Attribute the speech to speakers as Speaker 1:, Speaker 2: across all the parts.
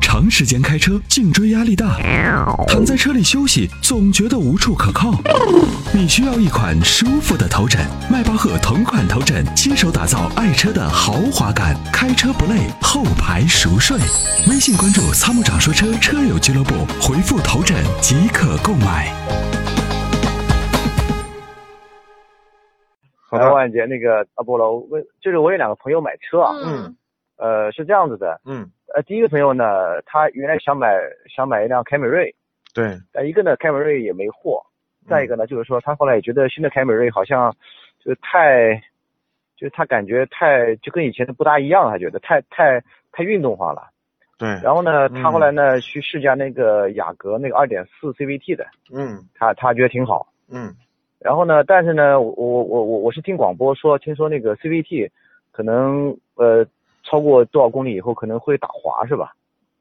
Speaker 1: 长时间开车，颈椎压力大，躺在车里休息总觉得无处可靠。你需要一款舒服的头枕，迈巴赫同款头枕，亲手打造爱车的豪华感，开车不累，后排熟睡。微信关注“参谋长说车”车友俱乐部，回复“头枕”即可购买。
Speaker 2: 好的，嗯万杰，那个啊，菠萝，问就是我有两个朋友买车啊，
Speaker 3: 嗯
Speaker 2: 呃，是这样子的，
Speaker 4: 嗯，
Speaker 2: 呃，第一个朋友呢，他原来想买想买一辆凯美瑞，
Speaker 4: 对，嗯
Speaker 2: 但一个呢，凯美瑞也没货，再一个呢，就是说他后来也觉得新的凯美瑞好像就是太，就是他感觉太就跟以前的不大一样，他觉得太太太运动化了。
Speaker 4: 对，
Speaker 2: 然后呢，
Speaker 4: 嗯
Speaker 2: 他后来呢去试驾那个雅阁那个2.4 CVT 的，
Speaker 4: 嗯
Speaker 2: 他他觉得挺好。
Speaker 4: 嗯
Speaker 2: 然后呢，但是呢，我我我我我是听广播说，听说那个 CVT 可能呃超过多少公里以后可能会打滑是吧？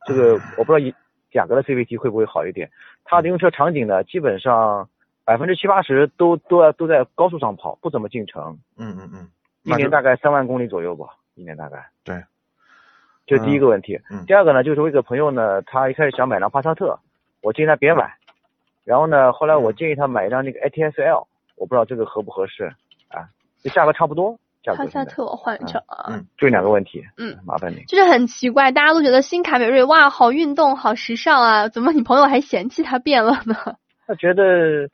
Speaker 2: 这个我不知道以雅阁的 CVT 会不会好一点。它的用车场景呢，基本上百分之七八十都都要都在高速上跑，不怎么进城。
Speaker 4: 嗯嗯嗯，
Speaker 2: 一年大概三万公里左右吧，一年大概。
Speaker 4: 对。
Speaker 2: 这是第一个问题。
Speaker 4: 嗯
Speaker 2: 第二个呢，就是我一个朋友呢，他一开始想买辆帕萨特，我建议他别买。然后呢，后来我建议他买一辆那个 ATS L，我不知道这个合不合适啊，这价格差不多，价格
Speaker 3: 帕
Speaker 2: 现在
Speaker 3: 萨特我换成了
Speaker 4: 嗯
Speaker 2: 就两个问题。
Speaker 3: 嗯，
Speaker 2: 麻烦您。
Speaker 3: 就是很奇怪，大家都觉得新凯美瑞哇，好运动，好时尚啊，怎么你朋友还嫌弃它变了呢？
Speaker 2: 他觉得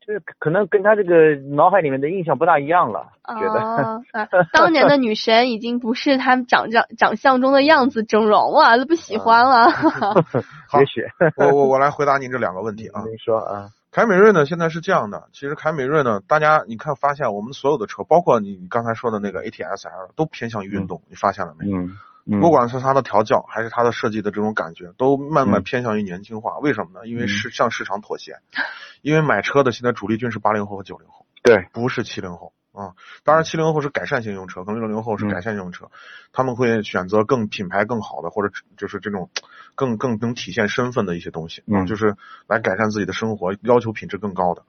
Speaker 2: 就是可能跟他这个脑海里面的印象不大一样了，觉得。
Speaker 3: 啊 啊，当年的女神已经不是她长相长相中的样子，整容了，都不喜欢了。
Speaker 4: 嗯好
Speaker 2: 也许
Speaker 4: 我我我来回答您这两个问题啊。
Speaker 2: 您说啊，
Speaker 4: 凯美瑞呢，现在是这样的，其实凯美瑞呢，大家你看发现我们所有的车，包括你刚才说的那个 ATS-L，都偏向于运动，你发现了没？
Speaker 2: 嗯嗯
Speaker 4: 不管是它的调教还是它的设计的这种感觉，都慢慢
Speaker 2: 嗯
Speaker 4: 偏向于年轻化。为什么呢？因为
Speaker 2: 嗯
Speaker 4: 市向市场妥协，因为买车的现在主力军是八零后和九零后，
Speaker 2: 对，
Speaker 4: 不是七零后啊。当然，七零后是改善型用车，可能六零后
Speaker 2: 嗯
Speaker 4: 是改善型用车，他们会选择更品牌更好的，或者就是这种更更能体现身份的一些东西，啊
Speaker 2: 嗯
Speaker 4: 就是来改善自己的生活，要求品质更高的。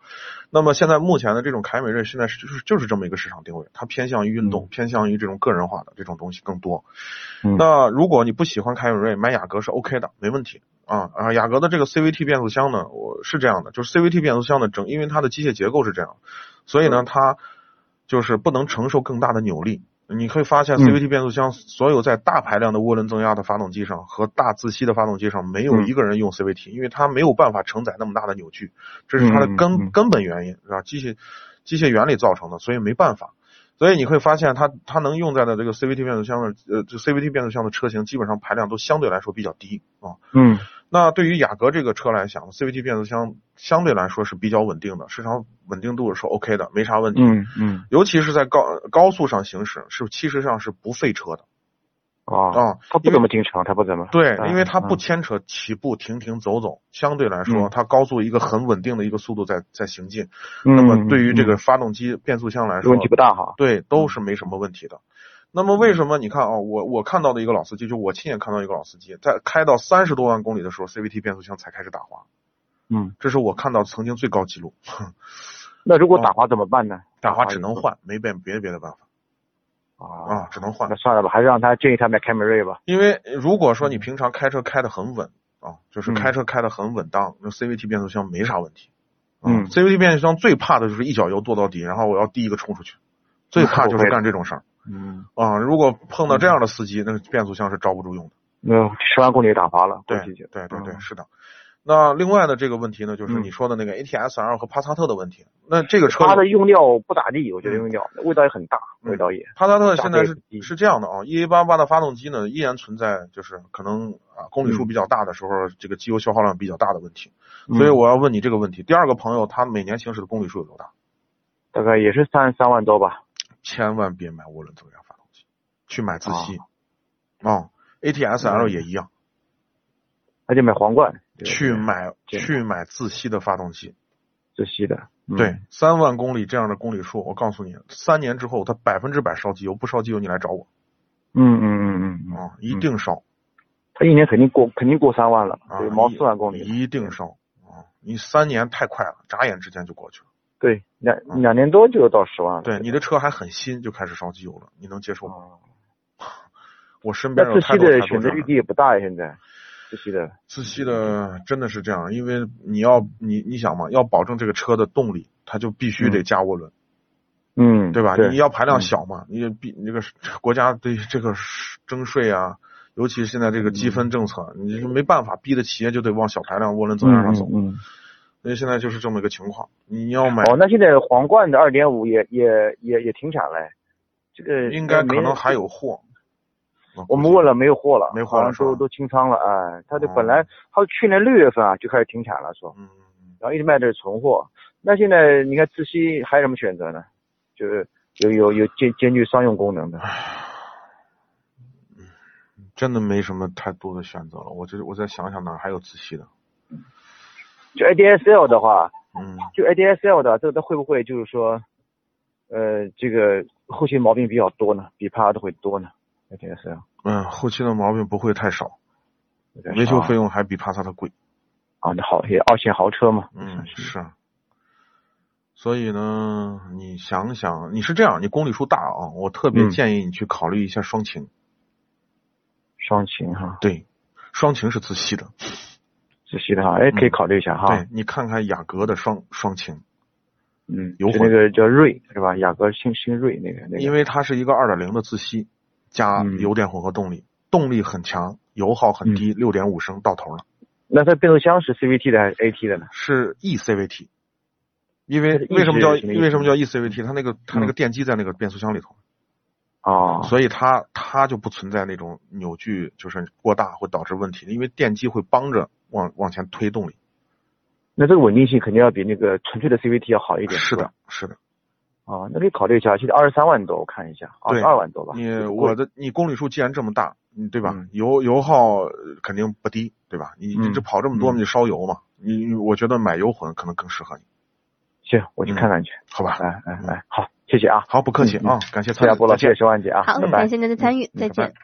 Speaker 4: 那么现在目前的这种凯美瑞，现在是就是就是这么一个市场定位，它偏向于运动，偏向于这种个人化的这种东西更多。
Speaker 2: 嗯
Speaker 4: 那如果你不喜欢凯美瑞，买雅阁是 OK 的，没问题啊。然后雅阁的这个 CVT 变速箱呢，我是这样的，就是 CVT 变速箱的整，因为它的机械结构是这样，所以
Speaker 2: 嗯
Speaker 4: 呢，它就是不能承受更大的扭力。你会发现
Speaker 2: 嗯
Speaker 4: CVT 变速箱所有在大排量的涡轮增压的发动机上和大自吸的发动机上，没有
Speaker 2: 嗯
Speaker 4: 一个人用 CVT，、因为它没有办法承载那么大的扭矩。这是它的
Speaker 2: 嗯
Speaker 4: 根、
Speaker 2: 嗯
Speaker 4: 根本原因，是吧？机械机械原理造成的，所以没办法。所以你会发现它，它能用在的这个 CVT 变速箱的，呃，就 CVT 变速箱的车型，基本上排量都相对来说比较低啊。
Speaker 2: 嗯
Speaker 4: 那对于雅阁这个车来讲，CVT 变速箱相对来说是比较稳定的，市场稳定度是 OK 的，没啥问题。
Speaker 2: 嗯嗯
Speaker 4: 尤其是在高高速上行驶，是其实上是不费车的
Speaker 2: 哦，
Speaker 4: 啊。
Speaker 2: 他不怎么经常，他不怎么
Speaker 4: 对，
Speaker 2: 嗯
Speaker 4: 因为它不
Speaker 2: 嗯
Speaker 4: 牵扯起步、停停走走，相对来说，
Speaker 2: 嗯
Speaker 4: 它高速一个很稳定的一个速度在在行进。
Speaker 2: 那
Speaker 4: 那么对于这个发动机、变速箱来说
Speaker 2: 嗯问，题不大哈。
Speaker 4: 对都
Speaker 2: 嗯
Speaker 4: 是没什么问题的。那么为什么你看啊，我我看到的一个老司机，就我亲眼看到一个老司机，在开到三十多万公里的时候，CVT 变速箱才开始打滑，
Speaker 2: 嗯，
Speaker 4: 这是我看到曾经最高纪录。哼
Speaker 2: 那如果打滑怎么办呢？
Speaker 4: 哦打滑只能换，没变别别的办法
Speaker 2: 啊
Speaker 4: 啊，，只能换
Speaker 2: 那。算了吧，还是让他建议他买凯美瑞吧。
Speaker 4: 因为如果说你平常开车开得很稳啊，就是
Speaker 2: 嗯
Speaker 4: 开车开得很稳当，那 CVT 变速箱没啥问题。啊
Speaker 2: 嗯
Speaker 4: ，CVT 变速箱最怕的就是一脚油跺到底，然后我要第一个冲出去，最怕就是干这种事儿。
Speaker 2: 嗯，
Speaker 4: 啊、如果碰到这样的司机，那变速箱是招不住用的。
Speaker 2: 那十万公里打滑了，
Speaker 4: 对
Speaker 2: 估计就
Speaker 4: 对对对，
Speaker 2: 嗯
Speaker 4: 是的。那另外的这个问题呢，就是
Speaker 2: 嗯
Speaker 4: 你说的那个 ATS-R 和帕萨特的问题。那这个车子
Speaker 2: 它的用料不咋地，我觉得用料味道也很大，
Speaker 4: 嗯
Speaker 2: 味道也
Speaker 4: 帕萨特现在
Speaker 2: 价
Speaker 4: 是
Speaker 2: 格也低
Speaker 4: 是这样的啊，一 A 八八的发动机呢依然存在就是可能啊公里数
Speaker 2: 嗯
Speaker 4: 比较大的时候，这个机油消耗量比较大的问题。
Speaker 2: 嗯
Speaker 4: 所以我要问你这个问题，第二个朋友他每年行驶的公里数有多大？
Speaker 2: 大概也是三三万多吧。
Speaker 4: 千万别买涡轮增压发动机，去买自
Speaker 2: 啊
Speaker 4: 吸。啊、ATS-L
Speaker 2: 嗯
Speaker 4: 也一样，
Speaker 2: 而且买皇冠对
Speaker 4: 去买
Speaker 2: 这个
Speaker 4: 去买自吸的发动机。
Speaker 2: 自吸的，嗯
Speaker 4: 对，，三万公里这样的公里数，我告诉你，三年之后它百分之百烧机油，不烧机油你来找我
Speaker 2: 嗯嗯嗯嗯嗯，
Speaker 4: 啊，一定烧
Speaker 2: 它一年肯定过肯定过三万了，
Speaker 4: 啊
Speaker 2: 嗯对，，毛
Speaker 4: 一
Speaker 2: 四万公里，
Speaker 4: 一定烧啊！你三年太快了，眨眼之间就过去了。
Speaker 2: 对，两
Speaker 4: 嗯
Speaker 2: 两年多就到十万了。
Speaker 4: 对，你的车还很新就开始烧机油了，你能接受吗？
Speaker 2: 哦
Speaker 4: 我身边
Speaker 2: 那
Speaker 4: 有
Speaker 2: 自
Speaker 4: 太
Speaker 2: 吸
Speaker 4: 多
Speaker 2: 的
Speaker 4: 太多
Speaker 2: 选
Speaker 4: 这
Speaker 2: 择
Speaker 4: 样
Speaker 2: 余
Speaker 4: 的
Speaker 2: 地也不大呀，现在自吸的，
Speaker 4: 自吸的真的是这样，因为你要你你想嘛，要保证这个车的动力，它就必须得加涡轮，
Speaker 2: 嗯，
Speaker 4: 对吧？你要排量小嘛，你也必你这个国家对这个征税啊，尤其是现在这个积
Speaker 2: 嗯
Speaker 4: 分政策，你是没办法，逼的企业就得往小排量涡轮增压上走。
Speaker 2: 嗯，嗯嗯
Speaker 4: 所以现在就是这么一个情况，你要买
Speaker 2: 哦，那现在皇冠的二点五也也也也停产了，哎这个
Speaker 4: 应该
Speaker 2: 哎没
Speaker 4: 可能
Speaker 2: 人
Speaker 4: 还有货。啊
Speaker 2: 我们问了没有货了，
Speaker 4: 没货了
Speaker 2: 好像
Speaker 4: 是吧
Speaker 2: 都都清仓了，哎，他这
Speaker 4: 哦
Speaker 2: 本来他去年六月份啊就开始停产了，说，
Speaker 4: 嗯，
Speaker 2: 然后一直卖的是存货。那现在你看自吸还有什么选择呢？就是有有有兼兼具商用功能的，
Speaker 4: 哎真的没什么太多的选择了。我这我再想想哪儿还有自吸的。
Speaker 2: 就 ADSL 的话，
Speaker 4: 嗯，
Speaker 2: 就 ADSL 的这它会不会就是说，呃，这个后期毛病比较多呢，比帕拉多会多呢？ADSL
Speaker 4: 嗯，后期的毛病不会太少，
Speaker 2: 有点
Speaker 4: 维修
Speaker 2: 少啊
Speaker 4: 费用还比帕萨特贵。
Speaker 2: 啊，那好，也二线豪车嘛，
Speaker 4: 嗯，是啊。所以呢，你想想，你是这样，你公里数大啊，我特别
Speaker 2: 嗯
Speaker 4: 建议你去考虑一下双擎。
Speaker 2: 双擎哈，
Speaker 4: 对，双擎是自吸的。
Speaker 2: 自吸的哈，哎，可以考虑一下哈，
Speaker 4: 对你看看雅阁的双双擎，
Speaker 2: 嗯，
Speaker 4: 有
Speaker 2: 就
Speaker 4: 混
Speaker 2: 那个叫锐是吧？雅阁新新锐那个那个，
Speaker 4: 因为它是一个二点零的自吸加
Speaker 2: 嗯
Speaker 4: 油电混合动力，动力很强，油耗很低，六点五升到头了，
Speaker 2: 那它变速箱是 CVT 的还是 AT 的呢？
Speaker 4: 是 E eCVT。因为
Speaker 2: 它是
Speaker 4: 为什么叫
Speaker 2: E 是什么意思嗯
Speaker 4: 为什么叫 eCVT？它那个它那个电机在那个变速箱里头，
Speaker 2: 哦，
Speaker 4: 所以它它就不存在那种扭矩就是过大会导致问题，因为电机会帮着往往前推动力。
Speaker 2: 那这个稳定性肯定要比那个纯粹的 CVT 要好一点。
Speaker 4: 是
Speaker 2: 吧
Speaker 4: 的，是的。
Speaker 2: 啊，那可以考虑一下，现在二十三万多，我看一下，啊二
Speaker 4: 对
Speaker 2: 十二万多吧。
Speaker 4: 你
Speaker 2: 有点贵
Speaker 4: 我的你公里数既然这么大，你对吧？
Speaker 2: 嗯
Speaker 4: 油油耗呃肯定不低，对吧？你你
Speaker 2: 嗯
Speaker 4: 这跑这么多，
Speaker 2: 嗯
Speaker 4: 你烧油嘛？你你我觉得买油混可能更适合你，
Speaker 2: 行，我去
Speaker 4: 嗯
Speaker 2: 看看去。
Speaker 4: 好吧？
Speaker 2: 哎哎哎，好，谢谢啊，
Speaker 4: 好，不客气
Speaker 2: 嗯嗯
Speaker 4: 啊，感谢
Speaker 2: 谢
Speaker 4: 参
Speaker 2: 谢
Speaker 4: 与，
Speaker 2: 啊波老
Speaker 4: 再
Speaker 2: 师，
Speaker 4: 见
Speaker 2: 谢谢。小万姐啊，
Speaker 3: 好，
Speaker 2: 拜拜
Speaker 3: 感谢您的参与，再
Speaker 4: 嗯拜拜
Speaker 3: 见。